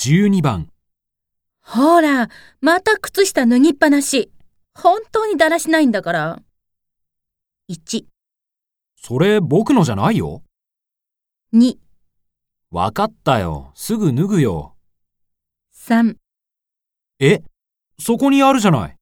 12番、ほら、また靴下脱ぎっぱなし。本当にだらしないんだから。1、それ僕のじゃないよ。 2、わかったよ。すぐ脱ぐよ。 3。え、そこにあるじゃない。